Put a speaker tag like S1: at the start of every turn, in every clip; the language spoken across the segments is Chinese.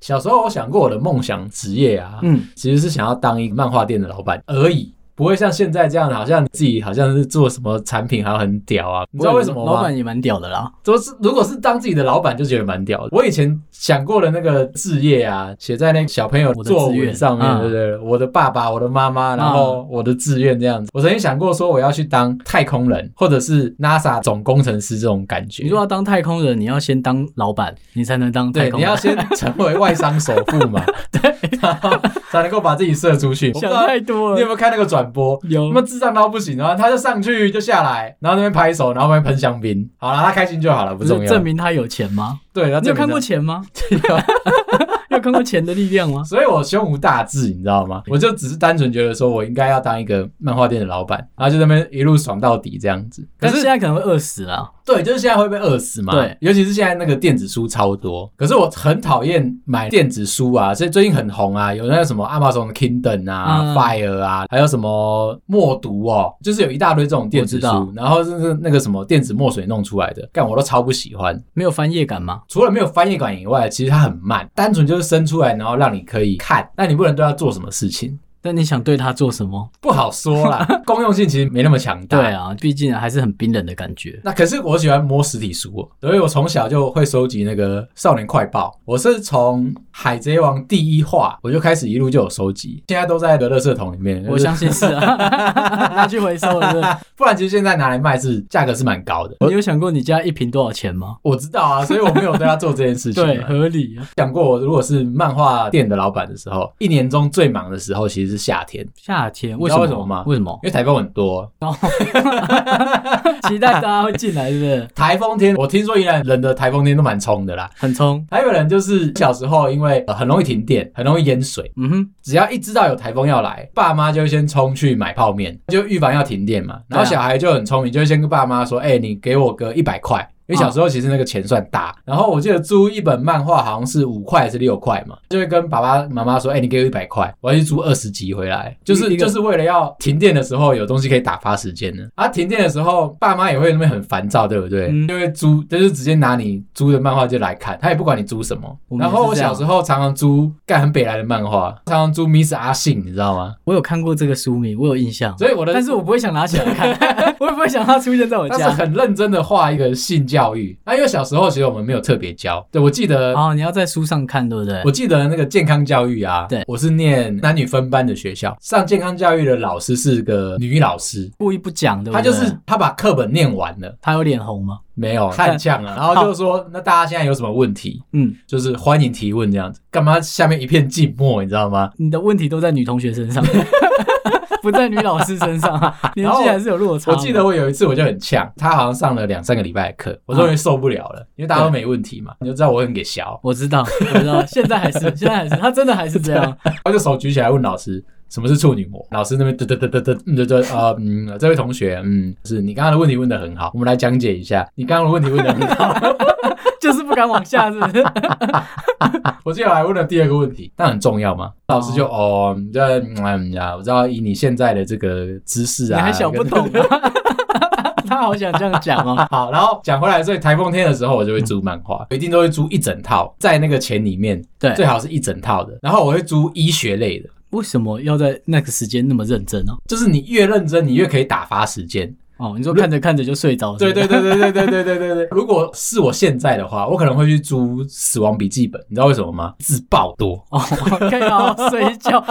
S1: 小时候我想过我的梦想职业啊，
S2: 嗯，
S1: 其实是想要当一个漫画店的老板而已，不会像现在这样，好像自己好像是做什么产品还要很屌啊。你知道为什么
S2: 老
S1: 吗？
S2: 板也蛮屌的啦。
S1: 都是如果是当自己的老板，就觉得蛮屌的。我以前想过的那个置业啊，写在那个小朋友
S2: 我的
S1: 作
S2: 志
S1: 文
S2: 愿
S1: 上面，
S2: 嗯
S1: 对不对？我的爸爸，我的妈妈，然后我的志愿这样子。我曾经想过说我要去当太空人，或者是 NASA 总工程师这种感觉。
S2: 你说要当太空人，你要先当老板，你才能当太
S1: 对，
S2: 空
S1: 你
S2: 人。
S1: 要先成为外商首富嘛，对，然后才能够把自己射出去。我不知
S2: 想
S1: 道
S2: 太多
S1: 你有没
S2: 了。
S1: 有看那个转播？
S2: 有
S1: 他妈智障到不行，然后他就上去就下来，然后那边拍手，然后那边喷香槟。好了，他开心就好了，不
S2: 不是
S1: 重要。
S2: 证明他有钱吗？
S1: 对，他
S2: 你有
S1: 证明
S2: 看
S1: 他
S2: 过钱吗？ 你有看过钱的力量吗？
S1: 所以我胸无大志，你知道吗？我就只是单纯觉得说我应该要当一个漫画店的老板，然后就在那边一路爽到底这样子。可
S2: 但是
S1: 是
S2: 现在可能会饿死啦。
S1: 对，就是现在会被饿死嘛。
S2: 对，
S1: 尤其是现在那个电子书超多。可是我很讨厌买电子书啊，所以最近很红啊，有那个什么 Amazon Kindle 啊、
S2: 嗯
S1: Fire 啊，还有什么默读哦，就是有一大堆这种电子
S2: 我知道
S1: 书，然后就是那个什么电子墨水弄出来的，干我都超不喜欢。
S2: 没有翻页感吗？
S1: 除了没有翻页感以外，其实它很慢，单纯就是生出来，然后让你可以看，但你不能对它做什么事情。
S2: 但你想对他做什么？
S1: 不好说 啦，公用性其实没那么强大。
S2: 对。啊，毕竟还是很冰冷的感觉。
S1: 那可是我喜欢摸实体书、哦，所以我从小就会收集那个《少年快报》。我是从《海贼王》第一话我就开始一路就有收集，现在都在的垃圾桶里面。就
S2: 我
S1: 是
S2: 相信是 啊，拿去回收了是不是。
S1: 不然其实现在拿来卖是价格是蛮高 的。我
S2: 你有想过你家一瓶多少钱吗？
S1: 我知道啊，所以我没有对他做这件事情、
S2: 对，
S1: 啊。
S2: 合理啊。
S1: 讲过，我如果是漫画店的老板的时候，一年中最忙的时候其实是夏天，
S2: 夏天
S1: 你
S2: 为
S1: 知
S2: 什
S1: 道
S2: 么？
S1: 为什么吗
S2: 为什么
S1: 因为台风很多。
S2: 期待大家会进来，是不是？
S1: 台风天，我听说宜兰人的台风天都蛮冲的啦。
S2: 很冲。
S1: 台北人就是小时候，因为呃很容易停电，很容易淹水，
S2: 嗯哼，
S1: 只要一知道有台风要来，爸妈就会先冲去买泡面，就预防要停电嘛。然后
S2: 对啊
S1: 小孩就很聪明，就会先跟爸妈说：“哎、你给我个一百块。”因
S2: 嗯
S1: 为小时候其实那个钱算大，然后我记得租一本漫画好像是五块还是六块嘛，就会跟爸爸妈妈说：“哎、你给我一百块，我要去租二十集回来。”就是
S2: 一个
S1: 就是为了要停电的时候有东西可以打发时间呢。啊，停电的时候爸妈也会那边很烦躁，对不对？
S2: 嗯
S1: 就会租，就是直接拿你租的漫画就来看，他也不管你租什么。
S2: 我们
S1: 然
S2: 也是
S1: 后我
S2: 这样
S1: 小时候常常租干很北来的漫画，常常租 Miss 阿信，你知道吗？
S2: 我有看过这个书名，我有印象，
S1: 所以我的
S2: 但是我不会想拿起 来看，我也不会想它出现在我
S1: 但是
S2: 家。
S1: 很认真的画一个性教育。那、因为小时候其实我们没有特别教，对我记得。
S2: 哦，你要在书上看，对不对？
S1: 我记得那个健康教育啊，
S2: 对
S1: 我是念男女分班的学校，上健康教育的老师是个女老师，
S2: 故意不讲，对不
S1: 她
S2: 对？
S1: 就是她把课本念完了，
S2: 他有脸红吗？
S1: 没有看呛 了，然后就说那大家现在有什么问题，
S2: 嗯，
S1: 就是欢迎提问这样子，干嘛下面一片静默，你知道吗？
S2: 你的问题都在女同学 身上，不在女老师身上啊，年
S1: 然后
S2: 纪还是有落差。
S1: 我记得，我有一次我就很呛，他好像上了两三个礼拜的课，我终于受不了了，因为大家都没问题嘛，你就知道我很给削，
S2: 我知道，我知道，现在 还是，现在还是，他真的还是这样。
S1: 我就手举起来问老师。什么是处女膜？老师那边嘚嘚嘚嘚嘚，嗯对对啊，嗯，这位同学，嗯，是你刚刚的问题问得很好，我们来讲解一下，你刚刚的问题问得很好，
S2: 就是不敢往下，是不是？
S1: 我记得我还问了第二个问题，那很重要吗？老师就哦，嗯这嗯嗯啊，我知道以你现在的这个知识
S2: 你
S1: 啊，
S2: 还小不懂啊！ 他好想这样讲哦。
S1: 好，然后讲回来，所以台风天的时候，我就会租漫画，我一定都会租一整套，在那个钱里面，
S2: 对
S1: 最好是一整套的。然后我会租医学类的，
S2: 为什么要在那个时间那么认真呢、
S1: 就是你越认真，你越可以打发时间。
S2: 哦，你说看着看着就睡着了，
S1: 对对
S2: 是不
S1: 对对对对对对对对。 如果是我现在的话，我可能会去租《死亡笔记本》，你知道为什么吗？字爆多。
S2: 是，哦，可以好好睡一 觉，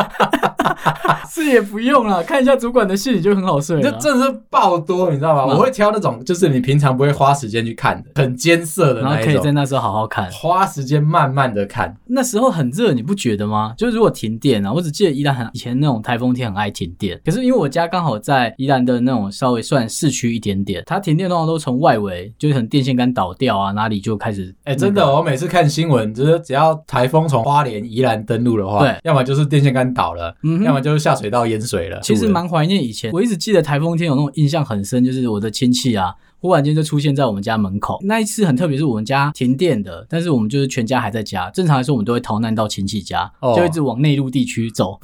S2: 是也不用了，看一下主管的信你就很好睡
S1: 这
S2: 了。
S1: 真的是爆多，你知道吗？
S2: 嗯
S1: 我会挑那种就是你平常不会花时间去看的，很艰涩的
S2: 然后
S1: 那
S2: 可
S1: 一
S2: 以在
S1: 种，
S2: 那时候好好看。
S1: 花时间慢慢的看。
S2: 那时候很热，你不觉得吗？就是如果停电啊，我只记得宜兰很以前那种台风天很爱停电，可是因为我家刚好在宜兰的那种稍微算市区一点点，它停电通常都从外围，就是可能电线杆倒掉啊，哪里就开始
S1: 哎、真的，我每次看新闻，就是只要台风从花莲、宜兰登陆的话，
S2: 对
S1: 要么就是电线杆倒了，
S2: 嗯哼
S1: 要么就是下水道淹水了。
S2: 其实
S1: 堵了
S2: 蛮怀念以前，我一直记得台风天有那种印象很深，就是我的亲戚啊，忽然间就出现在我们家门口。那一次很特别，是我们家停电的，但是我们就是全家还在家。正常来说，我们都会逃难到亲戚家，
S1: 哦
S2: 就一直往内陆地 区走，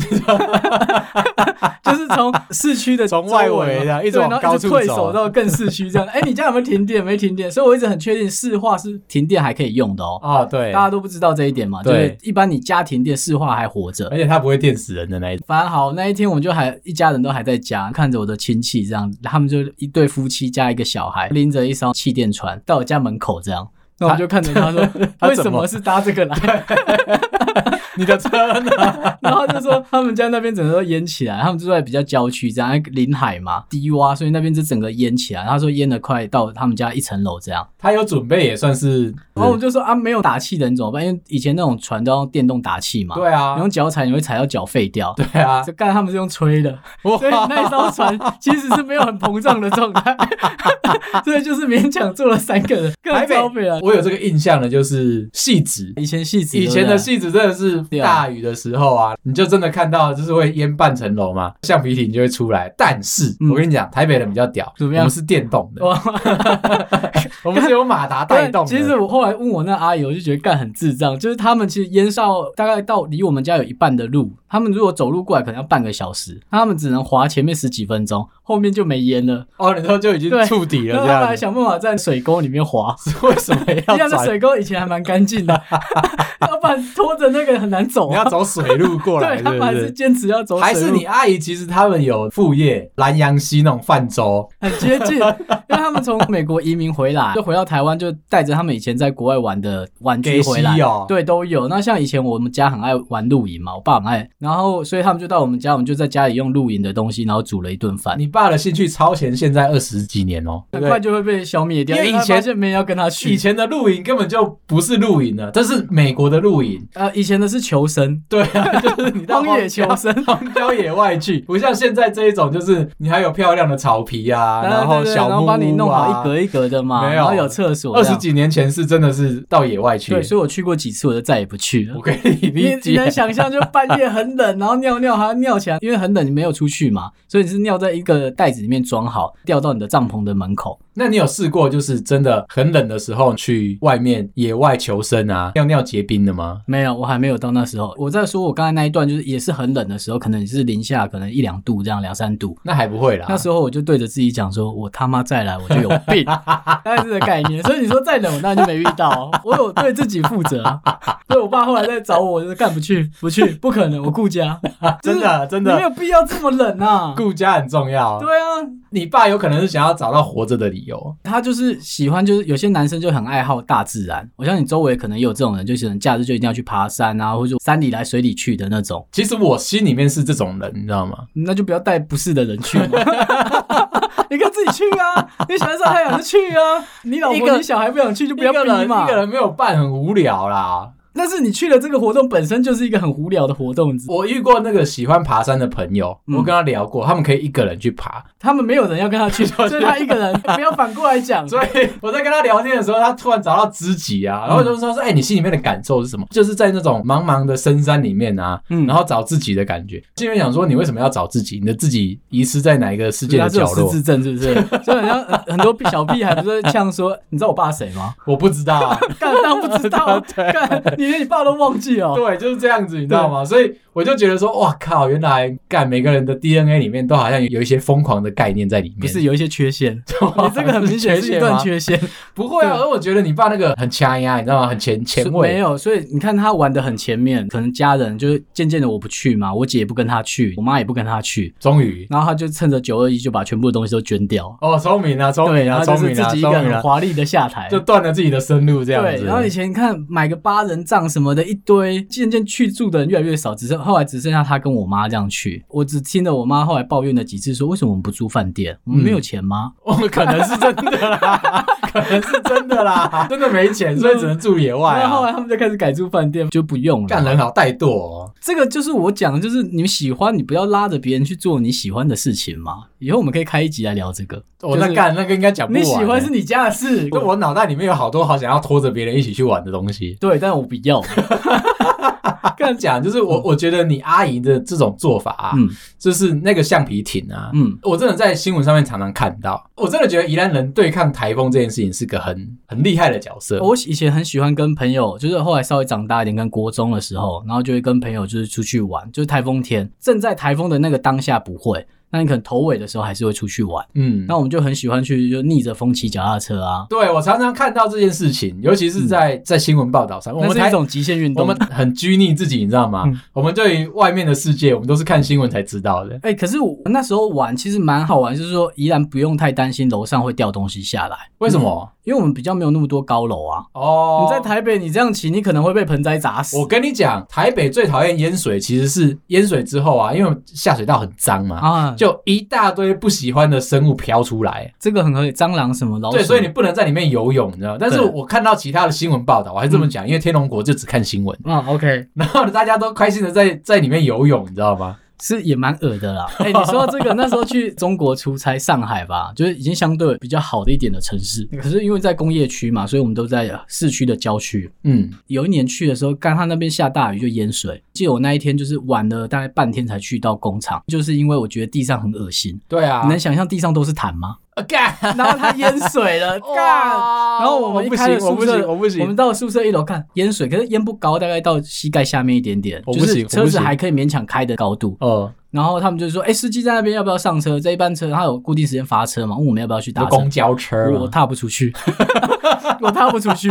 S2: 就是从市区的
S1: 从外围的
S2: 周嘛
S1: 一直
S2: 对
S1: 往
S2: 然后
S1: 高处
S2: 退
S1: 走
S2: 守到更市区这样。哎、你家有没有停电？没停电，所以我一直很确定市话是停电还可以用的哦。
S1: 哦，对
S2: 大，家都不知道这一点嘛，就是
S1: 对
S2: 一般你家停电，市话还活着
S1: 而，且它不会电死人的那一种。：“
S2: 反正好，那一天我们就还一家人都还在家，看着我的亲戚这样，他们就一对夫妻加一个小孩，拎着一艘气垫船到我家门口这样。那我就看着他 说
S1: 他
S2: 为
S1: 怎
S2: 什
S1: 么
S2: 么是搭这个来？”
S1: 你的车 呢？
S2: 然后就说他们家那边整个都淹起来，他们住在比较郊区，这样临海嘛，低洼，所以那边就整个淹起来。他说淹得快到他们家一层楼这样。
S1: 他有准备也算是，
S2: 然后我们就说啊，没有打气的人怎么办？因为以前那种船都要用电动打气嘛，
S1: 对啊
S2: 你，用脚踩你会踩到脚废掉。
S1: 对啊
S2: 就，干他们是用吹的，
S1: 哇
S2: 所以那一艘船其实是没有很膨胀的状态，所以就是勉强坐了三个人，更
S1: 北
S2: 招北了。
S1: 我有这个印象的，就是戏子。
S2: 以前戏子，
S1: 以前的
S2: 对不对
S1: 戏子真的是
S2: 对啊
S1: 大雨的时候啊，你就真的看到就是会淹半层楼嘛，橡皮艇就会出来。但是
S2: 嗯
S1: 我跟你讲，台北人比较屌，
S2: 怎么样
S1: 我们是电动的，
S2: 哇，
S1: 我们是有马达带动的。
S2: 但 其实我后来问我那阿姨，我就觉得干很智障，就是他们其实淹到大概到离我们家有一半的路，他们如果走路过来可能要半个小时，他们只能划前面十几分钟，后面就没淹了。
S1: 哦，你说就已经
S2: 对
S1: 触底
S2: 然
S1: 了
S2: 后
S1: 这
S2: 他们还
S1: 样子，
S2: 想办法在水沟里面划，
S1: 为什么
S2: 一样
S1: 要
S2: 的
S1: 转？
S2: 水沟以前还蛮干净的， 要不然拖着那个很难走
S1: 你
S2: 啊。
S1: 要走水路过来，
S2: 对
S1: 是
S2: 他们
S1: 不
S2: 还
S1: 是
S2: 是？坚持要走水路，
S1: 还是你阿姨其实他们有副业，南洋溪那种泛舟，
S2: 很接近，因为他们从美国移民回来，就回到台湾，就带着他们以前在国外玩的玩具回来
S1: 给西哦，
S2: 对，都有。那像以前我们家很爱玩露营嘛，我爸很爱，然后所以他们就到我们家，我们就在家里用露营的东西，然后煮了一顿饭。
S1: 你爸的兴趣超前现在二十几年哦，对
S2: 很
S1: 不
S2: 快
S1: 对？
S2: 就会被消灭掉，
S1: 因为以前
S2: 他发现没人要跟他去
S1: 以。前的露营根本就不是露营了，这是美国的露营。
S2: 呃，以前的是求生，
S1: 对 啊，就是你到
S2: 荒野
S1: 啊
S2: 求生，
S1: 荒郊野外去，不像现在这一种，就是你还有漂亮的草皮啊，
S2: 然
S1: 后
S2: 后
S1: 小
S2: 然
S1: 木
S2: 后
S1: 屋
S2: 帮你弄好一
S1: 啊。
S2: 格一格的嘛，
S1: 没有
S2: 然后有厕所，
S1: 二十。几年前是真的是到野外去
S2: 对，，所以我去过几次，我就再也不去了
S1: 我。可以理
S2: 你你能
S1: 解。
S2: 想象，就半夜很冷，然后尿尿还要尿起来，因为很冷，你没有出去嘛，所以你是尿在一个袋子里面装好，掉到你的帐篷的门口。
S1: 那你有试过就是真的很冷的时候去外面野外求生啊，尿尿结冰的吗？
S2: 没有，我还没有到那时候。我在说我刚才那一段，就是也是很冷的时候，可能也是零下，可能一两度这样，两三度。
S1: 那还不会啦。
S2: 那时候我就对着自己讲说，我他妈再来我就有 病，大概是这个概念。所以你说再冷，我当然就没遇到，我有对自己负责啊。 所以我爸后来在找我，我就是干不去，不去，不可能，我顾家，
S1: 真的真
S2: 你没
S1: 的，
S2: 有必要这么冷啊。
S1: 顾家很重要。
S2: 对啊，
S1: 你爸有可能是想要找到活着的理由。
S2: 他就是喜欢，就是有些男生就很爱好大自然。我相信你周围可能也有这种人，就是可能假日就一定要去爬山啊，或者山里来水里去的那种，
S1: 其实我心里面是这种人，你知道吗？
S2: 那就不要带不是的人去嘛。 你可以自己去啊，你喜欢晒太阳就去啊，你老
S1: 一
S2: 婆
S1: 个
S2: 你小孩不想去就不
S1: 一
S2: 要
S1: 个
S2: 逼
S1: 人
S2: 嘛
S1: 一。个人没有伴很无聊啦。
S2: 但是你去了这个活动本身就是一个很无聊的活动，
S1: 我遇过那个喜欢爬山的朋友，
S2: 嗯
S1: 我跟他聊过，他们可以一个人去爬。
S2: 他们没有人要跟他去， 所以他一个人。不要反过来 讲，
S1: 所以我在跟他聊天的时候，他突然找到知己
S2: 嗯
S1: 啊，然后就说说：“哎、你心里面的感受是什么？”就是在那种茫茫的深山里面啊，
S2: 嗯
S1: 然后找自己的感觉。心里面想说，你为什么要找自己？你的自己遗失在哪一个世界
S2: 他
S1: 的
S2: 是有
S1: 角
S2: 失
S1: 落？
S2: 智症是不是？ 所以好像呃很多小屁孩不是呛说，你知道我爸谁吗？
S1: 我不知道、 啊。
S2: 干，当然不 知道，干，你连你爸都忘记哦。
S1: 对，就是这样子，你知道吗？所以我就觉得说，哇靠，原来干每个人的 DNA 里面都好像有一些疯狂的概念在里面。
S2: 不是有一些 缺陷，
S1: 哇，
S2: 你这个很明显是一段缺陷，
S1: 不会啊，
S2: 对
S1: 而我觉得你爸那个很掐压，你知道吗？很前前
S2: 没
S1: 卫。
S2: 有，所以你看他玩的很前面，可能家人就是渐渐的我不去嘛，我姐也不跟他去，我妈也不跟他去，
S1: 终于，
S2: 然后他就趁着九二一就把全部的东西都捐掉，
S1: 哦，聪明啊，聪
S2: 对，
S1: 明
S2: 然
S1: 啊，
S2: 后就
S1: 聪
S2: 是
S1: 明
S2: 自
S1: 啊，
S2: 己一个
S1: 聪明
S2: 很
S1: 啊，
S2: 华丽的下台。
S1: 就断了自己的生路这样
S2: 对，
S1: 子。
S2: 然后以 前你看买个八人帐什么的，一堆，渐渐去住的人越来越少，只剩后来只剩下他跟我妈这样去。我只听了我妈后来抱怨了几次，说为什么我们不住饭店？我
S1: 嗯
S2: 们没有钱吗？
S1: 我可能是真的啦， 可能是真的啦，真的没钱，所以只能住野外
S2: 然后后
S1: 啊。
S2: 来他们就开始改住饭店，就不用
S1: 干
S2: 了。
S1: 人好怠惰哦，
S2: 这个就是我讲的，就是你喜欢，你不要拉着别人去做你喜欢的事情嘛。以后我们可以开一集来聊这个。
S1: 我
S2: 就是
S1: 哦那干那个应该讲不完。欸
S2: 你喜欢是，你家的事，
S1: 就 我脑袋里面有好多好想要拖着别人一起去玩的东西。
S2: 啊对，但我不要。
S1: 刚讲啊就是我，我觉得你阿姨的这种做法啊，
S2: 嗯
S1: 就是那个橡皮艇啊，
S2: 嗯，
S1: 我真的在新闻上面常常看到，我真的觉得宜兰人对抗台风这件事情是个很很厉害的角色。
S2: 我以前很喜欢跟朋友，就是后来稍微长大一点，跟国中的时候，然后就会跟朋友就是出去玩，就是台风天，正在台风的那个当下不会，那你可能头尾的时候还是会出去玩。
S1: 嗯，
S2: 那我们就很喜欢去就逆着风骑脚踏车啊，
S1: 对我常常看到这件事情，尤其是在、在新闻报道上，我
S2: 嗯那
S1: 们
S2: 是一
S1: 台
S2: 种极限运
S1: 我
S2: 动
S1: 们。很拘泥自己，你知道吗？
S2: 嗯
S1: 我们对于外面的世界，我们都是看新闻才知道的。
S2: 哎、可是我那时候玩其实蛮好玩，就是说依然不用太担心楼上会掉东西下来，
S1: 为什么？
S2: 因为我们比较没有那么多高楼啊。
S1: 哦，
S2: 你在台北，你这样骑，你可能会被盆栽砸死。
S1: 我跟你讲，台北最讨厌淹水，其实是淹水之后啊，因为下水道很脏嘛，
S2: 啊，就
S1: 就一大堆不喜欢的生物飘出来。
S2: 这个很合理，蟑螂什么老鼠，
S1: 对，所以你不能在里面游泳，你知道吗？但是
S2: 对嗯
S1: 我看到其他的新闻报道，我还这么讲，因为天龙国就只看新闻，
S2: 啊，OK，
S1: 然后大家都开心的在在里面游泳，你知道吗？
S2: 是也蛮恶的啦。哎、你说到这个，那时候去中国出差，上海吧，就是已经相对比较好的一点的城市，可是因为在工业区嘛，所以我们都在市区的郊区。
S1: 嗯，
S2: 有一年去的时候，刚他那边下大雨就淹水，记得我那一天就是晚了大概半天才去到工厂，就是因为我觉得地上很恶心。
S1: 对啊
S2: 你，能想象地上都是痰 吗？
S1: 啊干
S2: 然后它淹水 了， 干！
S1: 干
S2: 然后我们一
S1: 不
S2: 开
S1: 行
S2: 了，宿舍
S1: 我不行，我不
S2: 我们
S1: 行，
S2: 到宿舍一楼看淹水，可是淹不高，大概到膝盖下面一点点，
S1: 我
S2: 就
S1: 不
S2: 是
S1: 行
S2: 车
S1: 我不
S2: 子
S1: 行
S2: 还可以勉强开的高度。
S1: 哦，
S2: 然后他们就说：“哎、司机在那边要不要上车？这一班车它有固定时间发车嘛？问我们要不要去
S1: 有
S2: 搭车
S1: 公？交车
S2: 我
S1: 嘛
S2: 我踏不出去， 我踏不出去，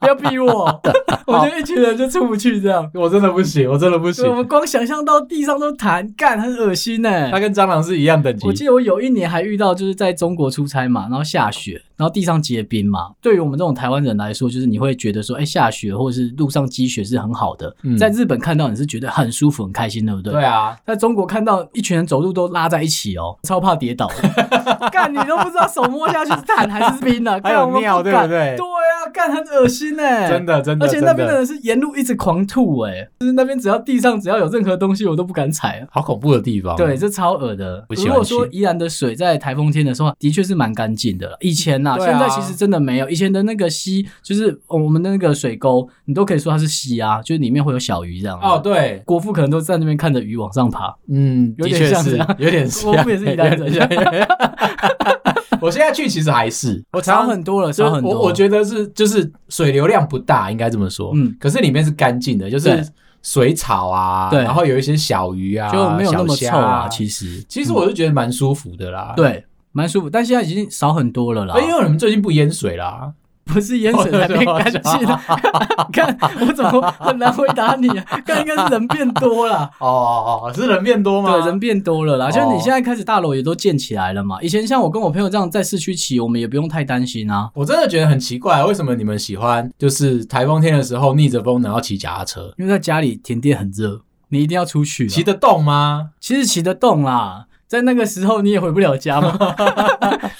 S2: 不要 逼我，我就一群人就出不去这样。
S1: 我真的不行，我真的不
S2: 所以我
S1: 行，
S2: 们光想象到地上都痰，干很恶心呢、
S1: 它跟蟑螂是一样等级
S2: 我。记得我有一年还遇到，就是在中国出差嘛，然后下雪，然后地上结冰嘛。对于我们这种台湾人来说，就是你会觉得说，哎、下雪或者是路上积雪是很好的。
S1: 嗯
S2: 在日本看到你是觉得很舒服、很开心，对不对？
S1: 对啊，
S2: 在中国看到一群人走路都拉在一起哦，超怕跌 倒的。干你都不知道手摸下去是碳还是冰的，
S1: 还
S2: 干
S1: 有
S2: 我们
S1: 尿
S2: 不
S1: 对
S2: 敢
S1: 不对
S2: 对啊，干很恶心哎、
S1: 真。的真的，
S2: 而且那
S1: 真
S2: 边的人是沿路一直狂吐哎、就是那边只要地上只要有任何东西我都不敢踩、啊。
S1: 好恐怖的地方，
S2: 对，，这超恶的。
S1: 哦不喜
S2: 如
S1: 欢
S2: 果说
S1: 去
S2: 宜兰的水在台风天的时候，的确是蛮干净的了。以前呐、
S1: 对
S2: 现在
S1: 啊
S2: 其实真的没有。以前的那个溪，就是哦我们的那个水沟，你都可以说它是溪啊，就是里面会有小鱼这样。
S1: 哦，对，
S2: 国父可能都在那边看着鱼往上爬。
S1: 嗯，
S2: 有
S1: 的
S2: 点
S1: 确
S2: 像这
S1: 是
S2: 样，
S1: 有点像。
S2: 我不也是宜兰人
S1: 我现在去其实还是，我
S2: 少
S1: 常常
S2: 很多了，
S1: 就
S2: 少很多。
S1: 我我觉得是就是水流量不大，应该这么说。
S2: 嗯
S1: 嗯，可是里面是干净的，就
S2: 对
S1: 是水草啊，
S2: 对
S1: 然后有一些小鱼啊，
S2: 就没有那么
S1: 小虾
S2: 臭啊。
S1: 啊。
S2: 其实，
S1: 其实我是觉得蛮舒服的啦。。啊
S2: 对蛮舒服，但现在已经少很多了啦。
S1: 因为你们最近不淹水啦，
S2: 不是淹水才变干净啊！ 看我怎么很难回答你啊？看应该是人变多了。
S1: 哦哦，哦是人变多吗？
S2: 对，人变多了啦，
S1: 哦
S2: 就是你现在开始大楼也都建起来了嘛。以前像我跟我朋友这样在市区骑，我们也不用太担心啊。
S1: 我真的觉得很奇怪，为什么你们喜欢就是台风天的时候逆着风，然后骑脚踏车，
S2: 因为在家里停电很热，你一定要出去啊。
S1: 骑得动吗？
S2: 其实骑得动啦，在那个时候你也回不了家嘛，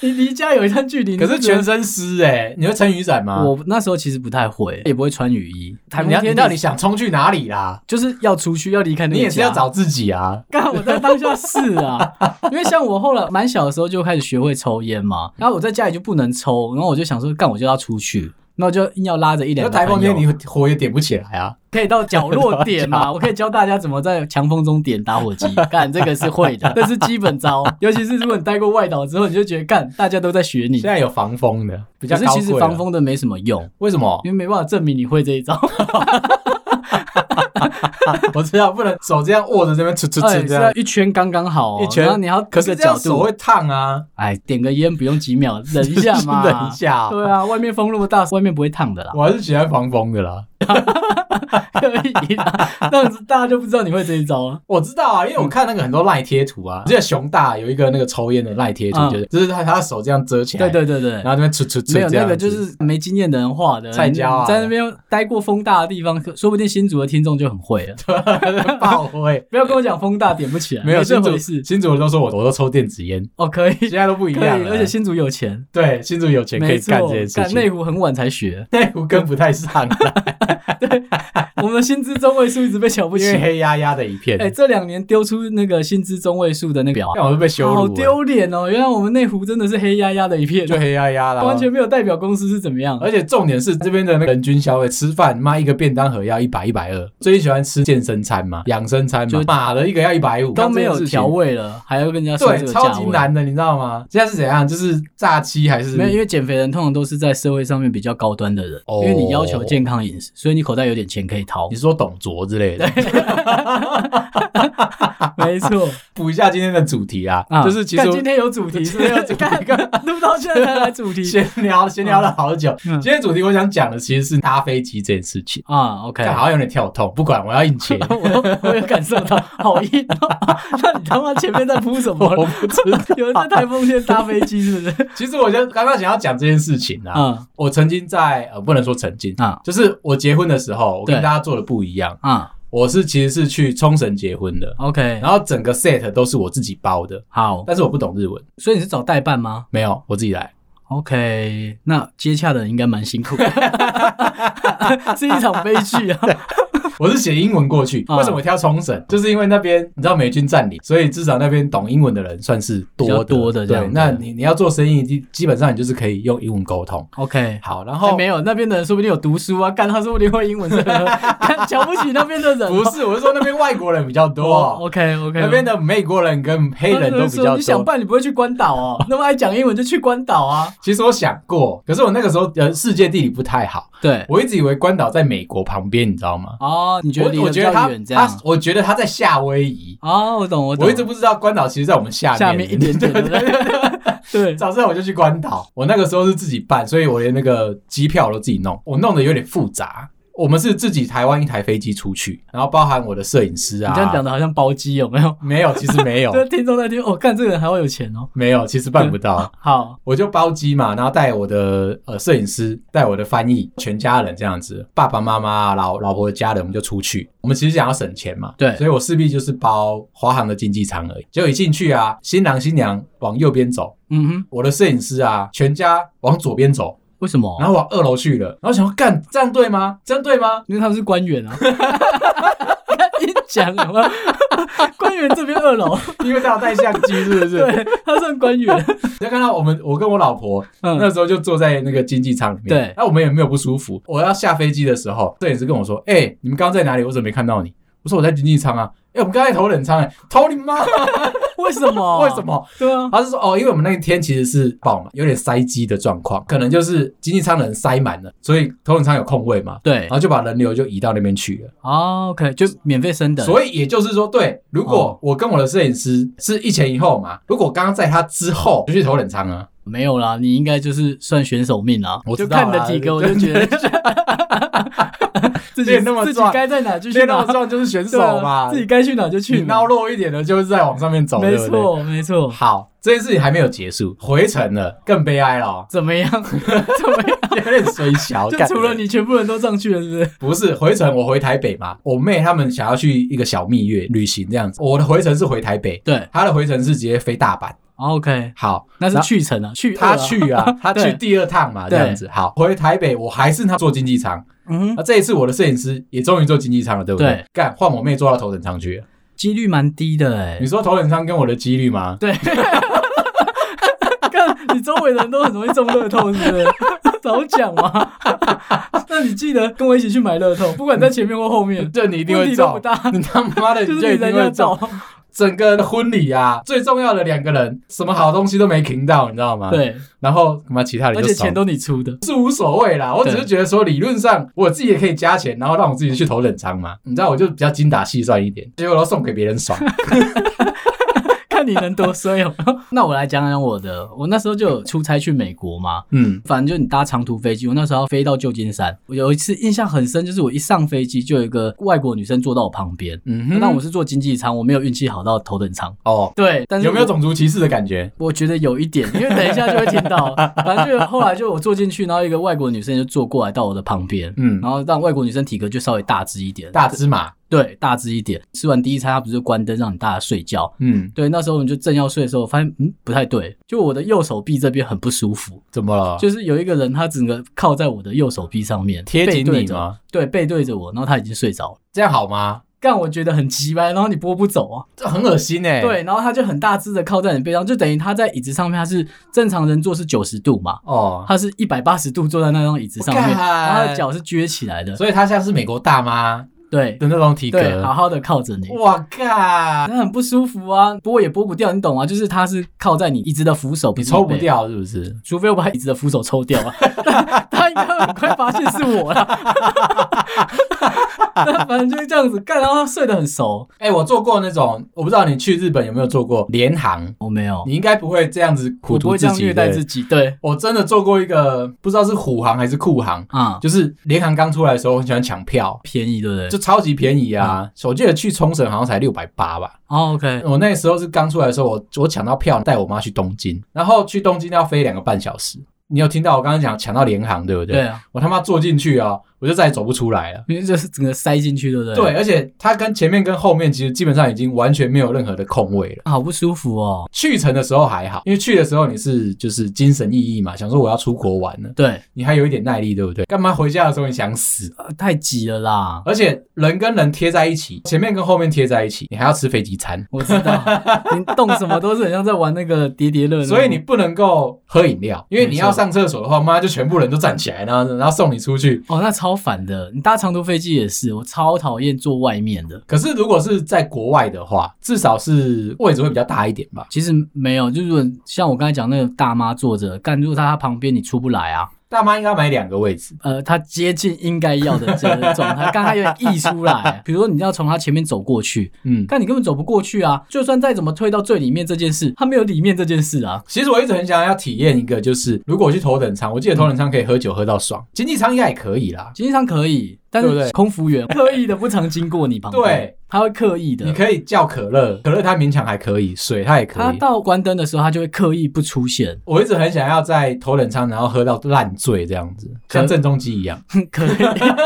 S2: 你离家有一段距离。
S1: 可是
S2: 你就觉得
S1: 全身湿哎、你会撑雨伞吗？
S2: 欸我那时候其实不太会，啊也不会穿雨衣。台风
S1: 你要
S2: 天
S1: 你到底想冲去哪里啦？
S2: 就是要出去，要离开那个
S1: 你也是要
S2: 家
S1: 找自己啊。
S2: 干，我在当下是 啊，因为像我后来蛮小的时候就开始学会抽烟嘛，然后我在家里就不能抽，然后我就想说干，我就要出去，那我就硬要拉着一
S1: 那
S2: 两个
S1: 台风天
S2: 朋
S1: 你
S2: 友
S1: 火也点不起来啊。
S2: 可以到角落点 嘛，我可以教大家怎么在强风中点打火 机，干这个是会的，这是基本招，尤其是如果你待过外岛之后，你就觉得干大家都在学你
S1: 现。在有防风的，比
S2: 可
S1: 较
S2: 是
S1: 高
S2: 其
S1: 贵
S2: 实
S1: 了
S2: 防风的没什么用，
S1: 为什 么？
S2: 因为没办法证明你会这一招。
S1: 我知道不能手这样握着这边吃吃
S2: 哎，
S1: 吃
S2: 是
S1: 这
S2: 要
S1: 样，
S2: 一圈刚刚好哦、
S1: 一圈
S2: 然后你要
S1: 可
S2: 各
S1: 是
S2: 个
S1: 这样
S2: 角
S1: 手
S2: 度哦
S1: 会，烫啊。
S2: 哎，点个烟不用几秒，忍一下嘛，
S1: 忍一下哦，
S2: 对啊，外面风那么大，外面不会烫的啦，
S1: 我还是喜欢防风的啦。
S2: 可以啦。 那样子大家就不知道你会这一招啊。
S1: 我知道啊，因为我看那个很多赖贴图啊，我记得熊大有一个那个抽烟的赖贴图
S2: 嗯，
S1: 就是就是他他的手这样遮起来，
S2: 对，对对对
S1: 然，后这边吃吃吃，
S2: 没有
S1: 这
S2: 那
S1: 样
S2: 个
S1: 子
S2: 就是没经验的人画的，
S1: 菜椒啊
S2: 你在那边待过风大的地方，可说不定新竹的听众就很会 了。
S1: 爆灰。
S2: 不要跟我讲风大点不起来，
S1: 没有
S2: 这
S1: 新
S2: 回
S1: 主
S2: 事。
S1: 新主都说我我都抽电子烟，
S2: 哦，可以，可以，
S1: 现在都不一样了。
S2: 而且新竹有钱，
S1: 对新主有钱可
S2: 没
S1: 以
S2: 错
S1: 干这件，事
S2: 干
S1: 情，，
S2: 内湖很晚才学
S1: 内湖跟不太上啦，
S2: 我们的薪资中位数一直被 瞧不
S1: 因
S2: 起。
S1: 为黑压压的一片。
S2: 哎，这两年丢出那个薪资中位数的那表啊，
S1: 但我是被羞辱了，
S2: 好丢脸哦！原来我们内湖真的是黑压压的一片，
S1: 就黑压压哦啦。
S2: 完全，没有代表公司是怎么样。
S1: 而且重点是这边的那个人均消费，吃饭妈一个便当盒要一百一百二，最近喜欢吃健身餐嘛，养生餐嘛
S2: 就，
S1: 妈的一个要一百五，
S2: 都没有调
S1: 味。
S2: 味了，还要跟人家说
S1: 对
S2: 这，个
S1: 超
S2: 价
S1: 级
S2: 位。
S1: 难的，你知道吗？现在是怎样？就是炸鸡还是
S2: 没有，因为减肥人通常都是在社会上面比较高端的人，
S1: 哦
S2: 因为你要求健康饮食，所以你口袋有点钱可以掏
S1: 你。说董卓之类的？
S2: 没错，
S1: 补一下今天的主题啊，
S2: 啊，
S1: 就是其
S2: 干
S1: 实
S2: 今天有主 题，是不是有主题？
S1: 干
S2: 干 录到现在才 来主题
S1: 闲聊闲聊了好久。
S2: 嗯
S1: 今天主题我想讲的其实是搭飞机这件事情，
S2: 啊，OK。
S1: 看好像有点跳痛，不管我要硬 切。
S2: 我我有感受到，好硬、哦！ 那你他妈前面在铺什么？
S1: 我不知道
S2: 有人在台风天搭飞机，是 不是？
S1: 其实我就刚刚想要讲这件事情啊，
S2: 啊
S1: 我曾经在呃不能说曾经，
S2: 啊
S1: 就是我结婚的时候，我跟
S2: 对
S1: 大家做的不一样，
S2: 啊
S1: 我是其实是去冲绳结婚的，
S2: ！OK，
S1: 然后整个 set 都是我自己包的，
S2: 好，
S1: 但是我不懂日文，
S2: 所以你是找代办吗
S1: 没有我自己 来。
S2: ？OK，那接洽的人应该蛮辛苦 的，是一场悲剧啊！
S1: 我是写英文过去，
S2: 啊
S1: 为什么我挑冲绳？就是因为那边你知道美军占领，所以至少那边懂英文的人算是多
S2: 比较
S1: 的
S2: 多的这样
S1: 对，
S2: 子
S1: 那你你要做生意，基基本上你就是可以用英文沟通。
S2: OK，
S1: 好，然
S2: 哎
S1: 后、
S2: 没有那边的人说不定有读书啊，干他说不定会英文，干瞧不起那边的人哦。
S1: 不是，我是说那边外国人比较 多，
S2: OK OK，
S1: 那边的美国人跟黑人都比较
S2: 你想
S1: 多。
S2: 办，你不会去关岛哦？那么爱讲英文就去关岛啊？
S1: 其实我想过，可是我那个时候呃世界地理不太好，
S2: 对，
S1: 我一直以为关岛在美国旁边，你知道吗？
S2: 哦，你觉得离
S1: 我我
S2: 得比
S1: 觉得
S2: 较
S1: 他
S2: 远这样
S1: 他？我觉得他在夏威夷，
S2: 哦，我懂，我懂，
S1: 我一直不知道关岛其实在我们下面
S2: 下面一点点，对不对 对，
S1: 早知道我就去关岛。我那个时候是自己办，所以我连那个机票我都自己弄，我弄得有点复杂。我们是自己台湾一台飞机出去，然后包含我的摄影师啊。
S2: 你这样讲的好像包机有没有？
S1: 没有，其实没 有，
S2: 这听众在听，哦，干这个人还会有钱哦。
S1: 没有，其实办不到。
S2: 好，
S1: 我就包机嘛，然后带我的呃摄影师，带我的翻译，全家人这样子，爸爸妈妈、老老婆的家人，我们就出去。我们其实想要省钱嘛，
S2: 对
S1: 所以我势必就是包华航的经济舱而已。结果一进去啊，新郎新娘往右边走，
S2: 嗯哼，
S1: 我的摄影师啊，全家往左边走，
S2: 为什么？
S1: 然后往二楼去了，然后想要干这样对吗？这样对吗？
S2: 因为他们是官员 啊。一讲有 没有？官员这边二楼，
S1: 因为他要带相机，是不是？
S2: 对他算官员，
S1: 你就看到我们，我跟我老婆
S2: 嗯，
S1: 那时候就坐在那个经济舱里面，
S2: 对
S1: 那我们也没有不舒服。我要下飞机的时候，摄影师跟我说：“哎、你们刚刚在哪里？我怎么没看到你？”我说：“我在经济舱啊。”哎、我们刚才头等舱、哎，头你妈！
S2: 为什么？
S1: 为什？么？
S2: 对啊，
S1: 他是说哦，因为我们那一天其实是爆满，有点塞机的状况，可能就是经济舱的人塞满了，所以头等舱有空位嘛，
S2: 对
S1: 然，后就把人流就移到那边去了。
S2: 哦，OK，就免费升等，
S1: 所以也就是说，对，如
S2: 哦
S1: 果我跟我的摄影师是一前一后嘛，如果刚刚在他之后就去头等舱啊，
S2: 没有啦，你应该就是算选手命啦。
S1: 我
S2: 就
S1: 知道啦
S2: 看了几个，我就觉得 自己
S1: 练那么
S2: 自己
S1: 壮
S2: 该在哪就去
S1: 练到
S2: 哪，
S1: 壮就是选
S2: 对啊
S1: 手嘛，
S2: 自己该去哪就去
S1: 你孬
S2: 哪。
S1: 弱一点的，就是在往上面走，
S2: 没
S1: 对不对。
S2: 错，没错。
S1: 好，这件事情还没有结束，回程了，更悲哀了
S2: ，
S1: 哦
S2: 怎么样？怎么样？
S1: 有点水小。
S2: 就
S1: 干
S2: 除了，你，全部人都上去了，是不是？
S1: 不是回程，我回台北嘛，我妹他们想要去一个小蜜月旅行这样子，我的回程是回台北，
S2: 对
S1: 她的回程是直接飞大阪。
S2: 哦，OK，
S1: 好，
S2: 那是
S1: 然后
S2: 去程啊，去二
S1: 她
S2: 啊，
S1: 去 啊，她
S2: 对
S1: 去第二趟嘛，这样子。好，回台北，我还是她坐经济舱。
S2: 嗯哼，
S1: 那这一次我的摄影师也终于坐经济舱了，对不对
S2: 对？
S1: 干换我妹坐到头等舱去了。
S2: 几率蛮低的哎
S1: 你。说头等舱跟我的几率吗？
S2: 对，看你周围的人都很容易中乐透，是 不是？早讲嘛！ 那你记得跟我一起去买乐透，不管在前面或后面，
S1: 这你一定
S2: 问
S1: 会
S2: 题都
S1: 中
S2: 不，大，
S1: 你他妈的
S2: 就
S1: 你
S2: 是
S1: 就一
S2: 你在
S1: 定
S2: 家
S1: 会
S2: 找
S1: 中。。整个婚礼啊，最重要的两个人，什么好东西都没听到，你知道吗？。
S2: 对，
S1: 然后他妈其他人
S2: 而
S1: 啊就
S2: 且
S1: 少
S2: 钱都你出的，
S1: 是无所谓啦，我只是觉得说理论上我自己也可以加钱，然后让我自己去头等舱嘛。你知道我就比较精打细算一点，结果都送给别人 爽。
S2: 看你能多衰 哦。那我来讲讲我的，我那时候就有出差去美国嘛，
S1: 嗯，
S2: 反正就你搭长途飞机，我那时候要飞到旧金山，我有一次印象很深，就是我一上飞机就有一个外国女生坐到我旁边，
S1: 嗯哼
S2: 那我是坐经济舱，我没有运气好到头等舱。
S1: 哦，
S2: 对，但是
S1: 有没有
S2: 我
S1: 种族歧视的感觉？
S2: 我觉得有一点，因为等一下就会听 到，反正就后来就我坐进去，然后一个外国女生就坐过来到我的旁边，
S1: 嗯
S2: 然后让外国女生体格就稍微大只一点，
S1: 大芝麻，
S2: 对大只一点。吃完第一餐，她不是就关灯让你大家睡觉？
S1: 嗯，
S2: 对，那时候我们就正要睡的时候，我发现嗯不太对，就我的右手臂这边很不舒服，
S1: 怎么了？
S2: 就是有一个人他整个靠在我的右手臂上面，
S1: 贴
S2: 背
S1: 紧
S2: 对
S1: 你
S2: 着，
S1: 吗？
S2: 对，背对着我，然后他已经睡着了。
S1: 这样好吗？
S2: 干，我觉得很急掰，然后你拨不走啊。
S1: 这很恶心哎、，
S2: 对，然后他就很大只的靠在你背上，就等于他在椅子上面，他是正常人坐是九十度嘛，
S1: 哦，
S2: 他是一百八十度坐在那张椅子上面，
S1: 干
S2: 然后他的脚是撅起来的，
S1: 所以他像是美国大妈，
S2: 对
S1: 的那种体
S2: 对，好
S1: 格。
S2: 好的靠着你。
S1: 哇靠！
S2: 那很不舒服啊，拨也拨不掉，你懂吗？就是它是靠在你椅子的扶手，
S1: 你
S2: 是
S1: 抽不
S2: 背，
S1: 掉是不是？
S2: 除非我把椅子的扶手抽掉啊。 他应该很快发现是我了。 那反正就是这样子干，然后他睡得很熟。
S1: 哎、我做过那种，我不知道你去日本有没有做过联航，
S2: 我哦没有，
S1: 你应该不会这样子苦
S2: 我不
S1: 读
S2: 会这
S1: 自
S2: 样
S1: 己
S2: 虐待
S1: 对
S2: 自己。对，
S1: 我真的做过一个，不知道是虎航还是库航，
S2: 啊、
S1: 就是联航刚出来的时候，我很喜欢抢票，
S2: 便宜对不对？
S1: 就超级便宜啊！我记得去冲绳好像才六百八吧。
S2: 哦，OK，
S1: 我那时候是刚出来的时候，我我抢到票，带我妈去东京，然后去东京要飞两个半小时。你有听到我刚刚讲抢到联航对不对？
S2: 对啊，
S1: 我他妈坐进去啊，我就再也走不出来了。
S2: 因为就是整个塞进去，对不对？
S1: 对，，而且它跟前面跟后面其实基本上已经完全没有任何的空位了。
S2: 啊好不舒服哦。
S1: 去程的时候还好，因为去的时候你是就是精神奕奕嘛，想说我要出国玩了，
S2: 对，
S1: 你还有一点耐力，对不对？干嘛回家的时候你想死？
S2: 呃太挤 了啦，
S1: 而且人跟人贴在一起，前面跟后面贴在一起，你还要吃飞机餐，
S2: 我知道，你动什么都是很像在玩那个叠叠乐那种，
S1: 所以你不能够喝饮料，因为你要
S2: 没错
S1: 上厕所的话，妈就全部人都站起来，然后然后送你出去。
S2: 哦，那超烦的。你搭长途飞机也是，我超讨厌坐外面的。
S1: 可是如果是在国外的话，至少是位置会比较大一点吧。
S2: 其实没有，就是如果像我刚才讲那个大妈坐着，干住她旁边你出不来啊。
S1: 大妈应该买两个位置，
S2: 呃，她接近应该要的这个状态，刚才有点溢出来。 比如说你要从她前面走过去，
S1: 嗯。
S2: 但你根本走不过去啊。就算再怎么推到最里面这件事，她没有里面这件事啊。
S1: 其实我一直很想要体验一个，就是如果我去头等舱，我记得头等舱可以喝酒喝到爽，经济舱应该也可以啦。
S2: 经济舱可以，但
S1: 对不对
S2: 是空服 员刻意的不常经过你旁边，
S1: 对，
S2: 他会刻意的。
S1: 你可以叫可乐，可乐它勉强还可以，水它也可
S2: 他
S1: 以。
S2: 到关灯的时候，他就会刻意不出现。
S1: 我一直很想要在头等舱，然后喝到烂醉这样子，
S2: 可
S1: 像郑中基一样。
S2: 可以，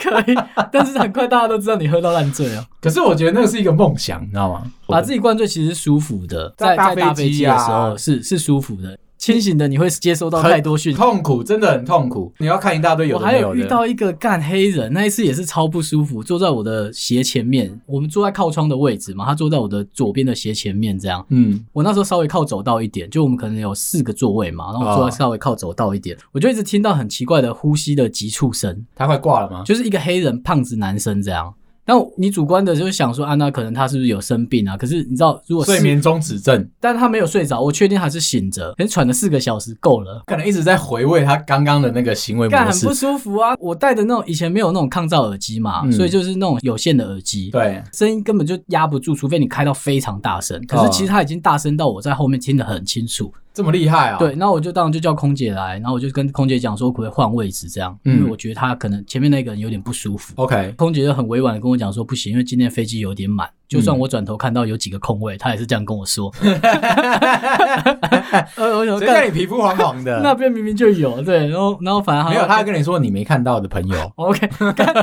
S2: 可以，但是很快大家都知道你喝到烂醉了，
S1: 可是我觉得那个是一个梦想，你知道吗？
S2: 把啊自己灌醉其实是舒服的，
S1: 在
S2: 在
S1: 搭
S2: 在搭
S1: 飞
S2: 飞
S1: 机
S2: 机
S1: 啊
S2: 的时候是是舒服的，清醒的你会接收到
S1: 很
S2: 太多讯息。
S1: 痛苦，真的很痛苦。你要看一大堆有
S2: 我
S1: 的
S2: 还
S1: 没
S2: 有
S1: 有
S2: 遇
S1: 的。
S2: 到一个干黑人，那一次也是超不舒服，坐在我的斜前面，我们坐在靠窗的位置嘛，他坐在我的左边的斜前面这样。
S1: 嗯，
S2: 我那时候稍微靠走道一点，就我们可能有四个座位嘛，然后我坐
S1: 哦
S2: 在稍微靠走道一点，我就一直听到很奇怪的呼吸的急促声，
S1: 他快挂了吗？
S2: 就是一个黑人胖子男生这样。但你主观的就想说，啊，那可能他是不是有生病啊？可是你知道，如果是
S1: 睡，眠中止症，
S2: 但他没有睡着，我确定他是醒着，可是喘了四个小时够了，
S1: 可能一直在回味他刚刚的那个行为
S2: 干
S1: 模
S2: 很
S1: 式
S2: 不。舒服啊！我戴的那种以前没有那种抗噪耳机嘛，
S1: 嗯
S2: 所以就是那种有线的耳机，
S1: 对，
S2: 声音根本就压不住，除非你开到非常大
S1: 哦
S2: 声。可是其实他已经大声到我在后面听得很清楚，
S1: 这么厉害啊！
S2: 对，，那我就当然就叫空姐来，然后我就跟空姐讲说，可不可以换位置这样，因
S1: 嗯
S2: 为我觉得他可能前面那个人有点不舒服。
S1: OK，
S2: 空姐就很委婉的跟我讲说，不行，因为今天飞机有点满，就算
S1: 嗯
S2: 我转头看到有几个空位，她也是这样跟我 说。 呃，我想
S1: 谁叫
S2: 说干
S1: 你皮肤黄黄的？
S2: 那边明明就有，对，然后然后反正她。
S1: 呃没有，他还跟你说你没看到的朋友
S2: OK，干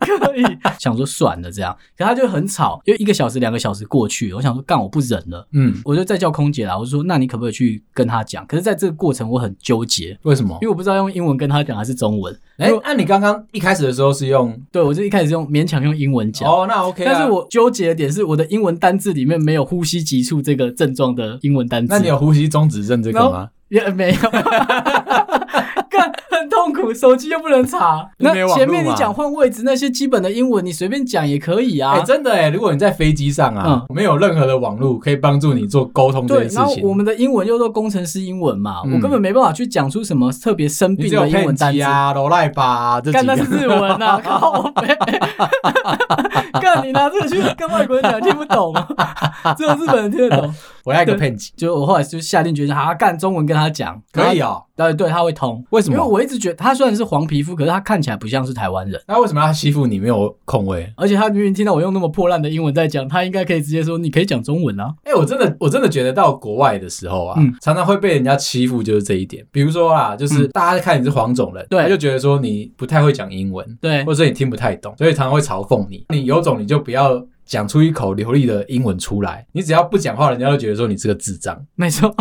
S2: 可以想说算了这样，可她就很吵，因为一个小时两个小时过去，我想说干我不忍了。
S1: 嗯，
S2: 我就再叫空姐啦，我就说那你可不可以去跟她讲？可是在这个过程我很纠结，
S1: 为什么
S2: 因？为我不知道用英文跟她讲还是中文。
S1: 哎，那你刚刚一开始的时候是用
S2: 对我就一开始用勉强用英文讲，
S1: 哦，那 OK，啊
S2: 但是我纠结的点是，我的英文单字里面没有呼吸急促这个症状的英文单字。
S1: 那你有呼吸中止症这个
S2: No
S1: 吗？
S2: 也没有？ 干很痛苦，手机又不能 查。
S1: 那没有
S2: 那
S1: 网
S2: 前
S1: 络
S2: 面你
S1: 嘛
S2: 讲换位置那些基本的英文，你随便讲也可以啊。嗯
S1: 哎、真的哎，如果你在飞机上啊，没有任何的网络可以帮助你做沟通这
S2: 对
S1: 件，事
S2: 然后
S1: 情，
S2: 我们的英文又都工程师英文嘛，
S1: 嗯
S2: 我根本没办法去讲出什么特别生
S1: 你
S2: 病
S1: 只有
S2: 的英文
S1: 骗
S2: 单
S1: 机
S2: 词。
S1: 啊、罗赖吧、啊、这
S2: 干
S1: 几
S2: 那是
S1: 个。
S2: 日文 啊！靠背， 干你拿这个去跟外国人讲，听不懂 吗？只有日本人听得懂。
S1: 我要一个骗机，
S2: 就我后来就下定决心，啊，干中文跟他讲，
S1: 可以
S2: 啊，
S1: 哦。
S2: 对对，他会通。
S1: 为什么
S2: 因为我一直觉得他虽然是黄皮肤，可是他看起来不像是台湾人，
S1: 那为什么要欺负你没有空位？
S2: 而且他明明听到我用那么破烂的英文在讲，他应该可以直接说你可以讲中文啊。
S1: 哎、我真的我真的觉得到国外的时候啊，
S2: 嗯
S1: 常常会被人家欺负，就是这一点。比如说啊，就是大家看你是黄种人，
S2: 对
S1: 他就觉得说你不太会讲英文，
S2: 对
S1: 或者是你听不太懂，所以常常会嘲讽你。你有种你就不要讲出一口流利 的英文出来，你只要不讲话，人家就觉得说你是个智障。
S2: 没错。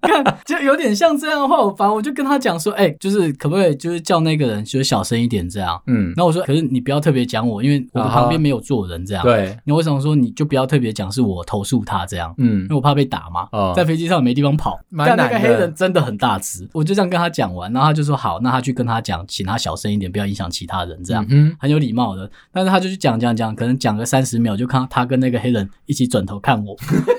S2: 看，就有点像这样的话，我反正我就跟他讲说，哎、就是可不可以就是叫那个人就是小声一点这样。
S1: 嗯，
S2: 那我说，可是你不要特别讲我，因为我
S1: 啊哈
S2: 旁边没有坐人这样。
S1: 对，
S2: 那我想说，你就不要特别讲是我投诉他这样，
S1: 嗯
S2: 因为，我怕被打嘛，
S1: 哦
S2: 在飞机上也没地方跑。
S1: 蛮
S2: 但那
S1: 难
S2: 个
S1: 的
S2: 黑人真的很大只，我就这样跟他讲完，然后他就说好，那他去跟他讲，请他小声一点，不要影响其他人这样。
S1: 嗯
S2: 很有礼貌的，但是他就去讲讲讲，可能讲个三十秒，就看到他跟那个黑人一起转头看我，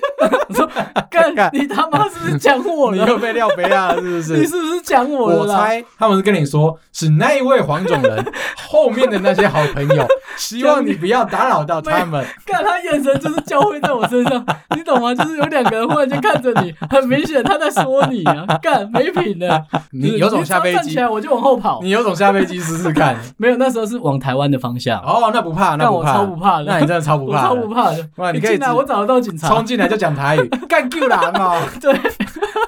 S2: 我说：“干，你他妈是不是讲我
S1: 哼，哦你
S2: 了？
S1: 又被廖北亚了，是不
S2: 你
S1: 是？
S2: 是不是讲我了
S1: 我
S2: 啦？”
S1: 猜他们是跟你说，是那一位黄种 人后面的那些好朋友，希望你不要打扰到他们。
S2: 看他眼神就是交汇在我身上， 你懂吗？就是有两个人忽然间看着你，很明显他在说你啊，干没品的。
S1: 你有种下飞
S2: 你只要站
S1: 机
S2: 起，来我就往后跑。
S1: 你有种下飞机试试 看。
S2: 没有，那时候是往台湾的方向，
S1: 哦，那不怕，那
S2: 但
S1: 不
S2: 我
S1: 怕，
S2: 超不怕的，
S1: 那你真的超不
S2: 我
S1: 怕
S2: 超
S1: 的，
S2: 不怕的。
S1: 哇你
S2: 你
S1: 可以
S2: 进来，
S1: 直
S2: 我找得到警察
S1: 冲。进来就讲台语， 干救狼哦，
S2: 对，
S1: 我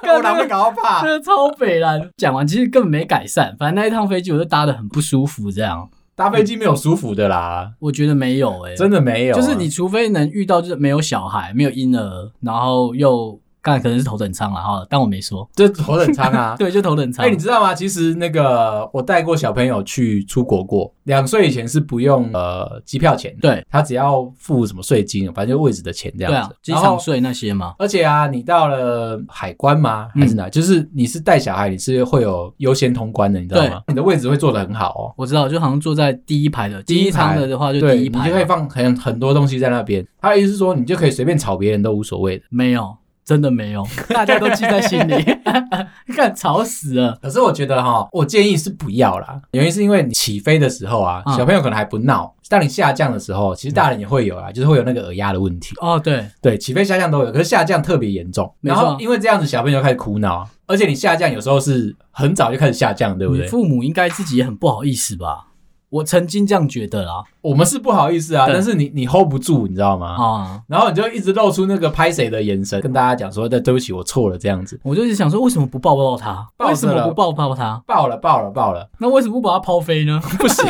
S2: 干
S1: 狼
S2: 那
S1: 会
S2: 个。
S1: 搞怕
S2: 真。的超北蓝，讲完其实根本没改善，反正那一趟飞机我就搭的很不舒服，这样
S1: 搭飞机没有舒服的啦，
S2: 我觉得没有哎、
S1: 真的没有啊，
S2: 就是你除非能遇到就是没有小孩、没有婴儿，然后又干可能是头等舱了哈，但我没说。
S1: 这头等舱 啊。
S2: 对，就头等舱。
S1: 哎，你知道吗？其实那个我带过小朋友去出国过，两岁以前是不用呃机票钱的，
S2: 对
S1: 他只要付什么税金，反正就位置的钱这
S2: 对
S1: 样
S2: 啊
S1: 子。，
S2: 机
S1: 然后
S2: 场税那些嘛，
S1: 而且啊，你到了海关吗？还是哪？就是你是带小孩，你是会有优先通关的，你知道吗？你的位置会坐得很好哦。
S2: 我知道，就好像坐在第一排的，
S1: 第一
S2: 第
S1: 排
S2: 舱的的话就
S1: 对，
S2: 第一
S1: 你
S2: 排啊
S1: 就可以
S2: 嘛，
S1: 放很很多东西在那边。他的意思是说，你就可以随便吵别人都无所谓的。
S2: 没有，真的没 有，大家都记在心里， 干吵死了。
S1: 可是我觉得哈，我建议是不要啦，原因是因为你起飞的时候啊，
S2: 嗯
S1: 小朋友可能还不闹，当你下降的时候，其实大人也会有
S2: 嗯
S1: 啊，就是会有那个耳压的问题。
S2: 哦，对，
S1: 对，起飞下降都有，可是下降特别严重。
S2: 没
S1: 然
S2: 错
S1: 后因为这样子，小朋友就开始哭闹，而且你下降有时候是很早就开始下降，对不
S2: 你
S1: 对？
S2: 父母应该自己也很不好意思吧？我曾经这样觉得啦，
S1: 我们是不好意思啊，
S2: 对
S1: 但是你你 hold 不住，你知道吗？
S2: 啊，
S1: 然后你就一直露出那个拍谁的眼神，跟大家讲说：“对，对不起，我错了。”这样子，
S2: 我就是想说，为什么不抱抱他？
S1: 抱着
S2: 为什么
S1: 了
S2: 不抱抱他？
S1: 爆了，爆了，爆了，
S2: 那为什么不把他抛飞 呢？
S1: 不 行，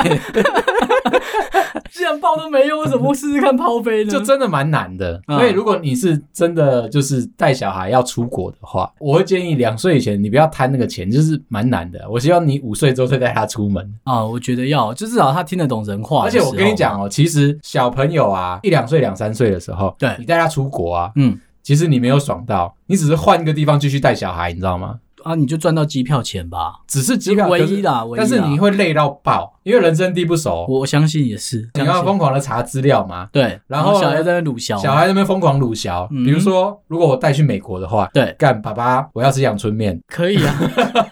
S2: 既然抱都没用，为什么不试试看抛飞呢？
S1: 就真的蛮难的。
S2: 嗯
S1: 所以如果你是真的就是带小孩要出国的话，我会建议两岁以前你不要贪那个钱，就是蛮难的。我希望你五岁之后再带他出门。
S2: 啊，我觉得要，就至少他听得懂人话。
S1: 而且我跟你，讲
S2: 啊
S1: 哦，其实小朋友啊，一两岁、两三岁的时候，
S2: 对
S1: 你带他出国啊，
S2: 嗯，
S1: 其实你没有爽到，你只是换一个地方继续带小孩，你知道吗？
S2: 啊，你就赚到机票钱吧，
S1: 只是机票
S2: 唯
S1: 可是
S2: 一啦，唯一啦。
S1: 但
S2: 啊
S1: 是你会累到爆，因为人生地不熟，
S2: 我我相信也是，
S1: 你
S2: 相
S1: 要
S2: 信
S1: 疯狂的查资料嘛。
S2: 对，
S1: 然后呢
S2: 小孩在那边鲁小，
S1: 小孩在那边疯狂鲁小，
S2: 嗯
S1: 比如说，如果我带去美国的话，
S2: 对，
S1: 干爸爸，我要吃阳春 面，
S2: 可以 啊，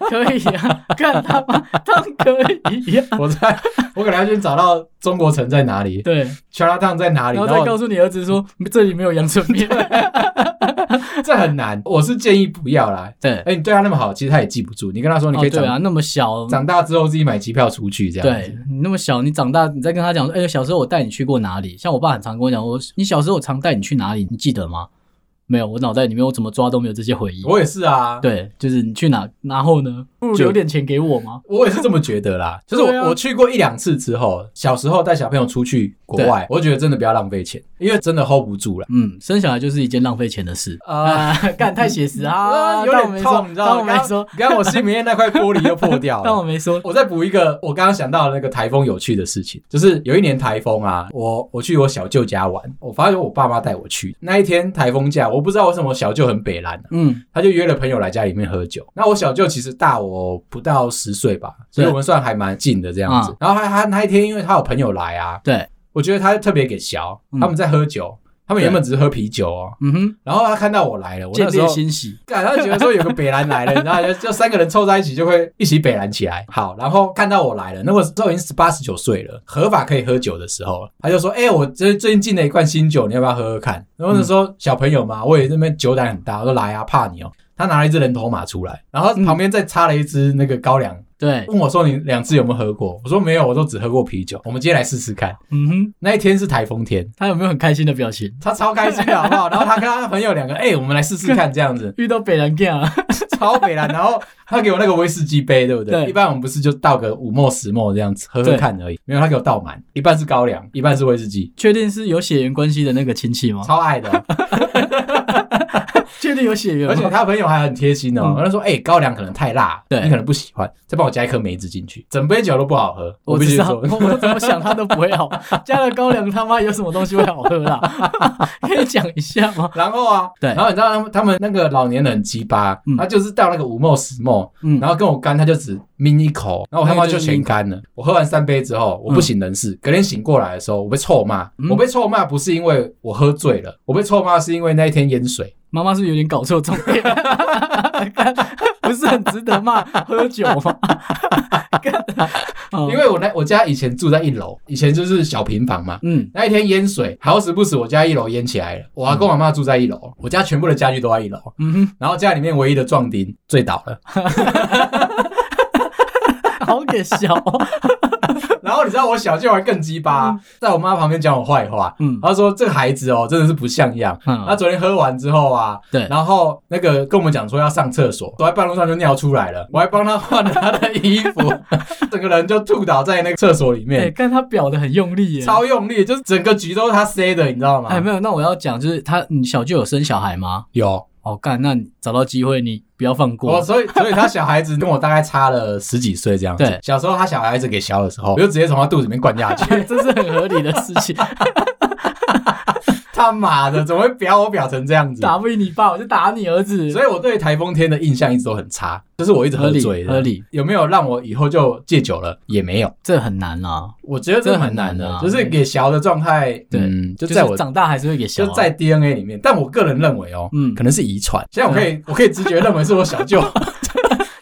S2: 可以啊，干他妈当然可以啊，
S1: 我在 我可能要去找到中国城在哪里
S2: 对，
S1: ，Chinatown 在哪里，
S2: 然后
S1: 然
S2: 再告
S1: 后
S2: 诉你儿子说这里没有阳春面，
S1: 这很难，我是建议不要啦。
S2: 对，
S1: 哎，你对他那么好，其实他也记不住，你跟他说你可
S2: 哦
S1: 以
S2: 对啊，
S1: 长
S2: 那么小。
S1: 长大之后自己买机票出去这样
S2: 对
S1: 子，
S2: 你那么小，你长大，你再跟他讲说，哎、小时候我带你去过哪里？像我爸很常跟我讲，我你小时候我常带你去哪里，你记得吗？没有，我脑袋里面我怎么抓都没有这些回忆。
S1: 我也是啊，
S2: 对，就是你去哪，然后呢，不如
S1: 就
S2: 留点钱给我吗？
S1: 我也是这么觉得啦。就是我、
S2: 对啊
S1: 我去过一两次之后，小时候带小朋友出去国外，我觉得真的不要浪费钱，因为真的 hold 不住了。
S2: 嗯，生小孩就是一件浪费钱的事。
S1: 啊、
S2: 啊，干太写实啊！
S1: 啊，有
S2: 当我
S1: 点
S2: 没说
S1: 痛，你知道
S2: 当我
S1: 吗？
S2: 没说，
S1: 刚刚我心里面那块玻璃又破掉
S2: 当我
S1: 了。
S2: 没说，
S1: 我再补一个，我刚刚想到的那个台风有趣的事情，就是有一年台风啊，我我去我小舅家玩，我发现我爸妈带我去那一天台风假，我不知道为什么我小舅很北蓝、啊
S2: 嗯，
S1: 他就约了朋友来家里面喝酒。那我小舅其实大我不到十岁吧，所以
S2: 对嗯
S1: 我们算还蛮近的这样子。然后他他那一天因为他有朋友来啊，
S2: 对，
S1: 我觉得他特别给小，
S2: 嗯
S1: 他们在喝酒，他们原本只是喝啤酒哦，
S2: 嗯哼，
S1: 然后他看到我来了，我
S2: 见
S1: 那时
S2: 猎
S1: 候
S2: 欣喜，
S1: 干，他就觉得说有个北兰来了，你知道，就就三个人凑在一起就会一起北兰起来。好，然后看到我来了，那我都已经十八十九岁了，合法可以喝酒的时候，他就说：“哎、我最最近进了一罐新酒，你要不要喝喝看？”然后那时候小朋友嘛，我也那边酒胆很大，我说：“来啊，怕你哦。”他拿了一只人头马出来，然后旁边再插了一支那个高粱，
S2: 对，
S1: 问我说：“你两支有没有喝过？”我说：“没有，我都只喝过啤酒。”我们今天来试试看。
S2: 嗯哼，
S1: 那一天是台风天，
S2: 他有没有很开心的表情？
S1: 他超开心的，好不好？然后他跟他朋友两个，哎、我们来试试看这样子。
S2: 遇到北兰 g 啊，
S1: 超北蓝，然后他给我那个威士忌杯，对不对？
S2: 对
S1: 一般我们不是就倒个五沫十沫这样子喝喝看而已，没有他给我倒满，一半是高粱，一半是威士忌，
S2: 哦确定是有血缘关系的那个亲戚吗？
S1: 超爱的哦、
S2: 确 确定有血缘吗，
S1: 而且他朋友还很贴心哦，
S2: 嗯
S1: 他就说：“哎、高粱可能太辣，
S2: 对
S1: 你可能不喜欢，再帮我加一颗梅子进去，整杯酒都不好喝。”
S2: 我
S1: 必
S2: 知
S1: 须
S2: 道，
S1: 说，
S2: 我我怎么想它都不会好。加了高粱，他妈有什么东西会好喝啦？ 可以讲一下吗？
S1: 然后啊，
S2: 对
S1: 然后你知道他们他们那个老年人很鸡巴，
S2: 嗯
S1: 他就是到那个五毛十毛，
S2: 嗯，
S1: 然后跟我干，他就只抿一口，然后我他妈就全干了。我喝完三杯之后，我不省人事。隔天醒过来的时候，我被臭骂
S2: 嗯。
S1: 我被臭骂不是因为我喝醉了，我被臭骂是因为那一天淹水。
S2: 妈妈是不是有点搞错重点，不是很值得骂喝酒吗？ 哦嗯
S1: 因为我那我家以前住在一楼，以前就是小平房嘛。
S2: 嗯，
S1: 那一天淹水，好死不死，我家一楼淹起来了。我阿公我妈住在一楼，我家全部的家具都在一楼，
S2: 嗯
S1: 然后家里面唯一的壮丁醉倒了。
S2: 哼，好给笑哦，
S1: 然后你知道我小舅还更鸡巴啊、在我妈旁边讲我坏话。
S2: 嗯
S1: 他说：“这个孩子哦，真的是不像样。
S2: 嗯
S1: 他昨天喝完之后啊，
S2: 对
S1: 然后那个跟我们讲说要上厕所，走在半路上就尿出来了，我还帮他换了他的衣服， 整个人就吐倒在那个厕所里
S2: 哎，
S1: 面，
S2: 看他表的很用力耶。
S1: 超用力，就是整个局都是他塞的，你知道吗？
S2: 哎，没有，那我要讲就是他，你小舅有生小孩吗？
S1: 有
S2: 哦，干，那你找到机会你不要放
S1: 我，
S2: 过。
S1: 所以所以他小孩子跟我大概差了十几岁这样子。
S2: 对
S1: 小时候他小孩子给削的时候，我就直接从他肚子里面灌 下去。
S2: 这是很合理的事 情，
S1: 他妈的，怎么会表我表成这样子？
S2: 打不赢你爸，我就打你儿子。
S1: 所以我对台风天的印象一直都很差，就是我一直喝
S2: 合理
S1: 醉的
S2: 合理，
S1: 有没有让我以后就戒酒了？也没有，
S2: 这很难啊，
S1: 我觉得这
S2: 这
S1: 很
S2: 很
S1: 难
S2: 难
S1: 的
S2: 啊，
S1: 就是给小的状态，
S2: 对
S1: 嗯，就
S2: 就
S1: 在我
S2: 是长大还是会给小啊，
S1: 就在 DNA 里面。但我个人认为哦，
S2: 嗯
S1: 可能是遗传。现在我可以我可以直觉认为是我小舅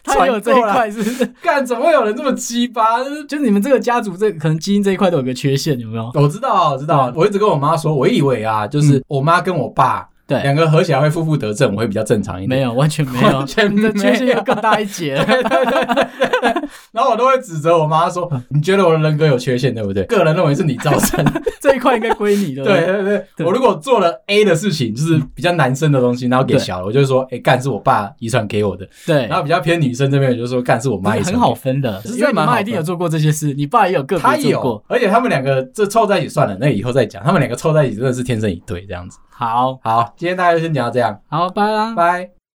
S2: 他有
S1: 传
S2: 这一
S1: 过来。
S2: 块是不是？
S1: 干，怎么会有人这么鸡巴？就是
S2: 就是你们这个家族这可能基因这一块都有个缺陷，有没 有？
S1: 我知道，我知
S2: 嗯
S1: 道，我一直跟我妈说，我以为啊，就是我妈跟我爸两
S2: 对，
S1: 个合起来会负负得正，我会比较正常一点。
S2: 没有，完全没有，
S1: 完全
S2: 你的
S1: 没有
S2: 缺陷又更大一截了。
S1: 然后我都会指责我妈说：“
S2: 嗯
S1: 你觉得我的人格有缺陷，对不对？个人认为是你造成。的。
S2: 这一块应该归你”的。
S1: 对，对对对，
S2: 对
S1: 我如果做了 A 的事情，就是比较男生的东西，然后给
S2: 对
S1: 小了，我就说：“哎，干是我爸遗传给我的。”
S2: 对，
S1: 然后比较偏女生这边，我就说：“干是我妈遗
S2: 这
S1: 传。”
S2: 很好。分的，
S1: 这
S2: 因为你
S1: 蛮好
S2: 妈
S1: 分
S2: 一定有做过这些事，你爸也有个
S1: 他
S2: 别做
S1: 有
S2: 过。，
S1: 而且他们两个这凑在一起算了，那以后再讲。他们两个凑在一起真的是天生一对这样子。
S2: 好，
S1: 好，今天大家就先讲到这样，
S2: 好，拜啦。
S1: 拜。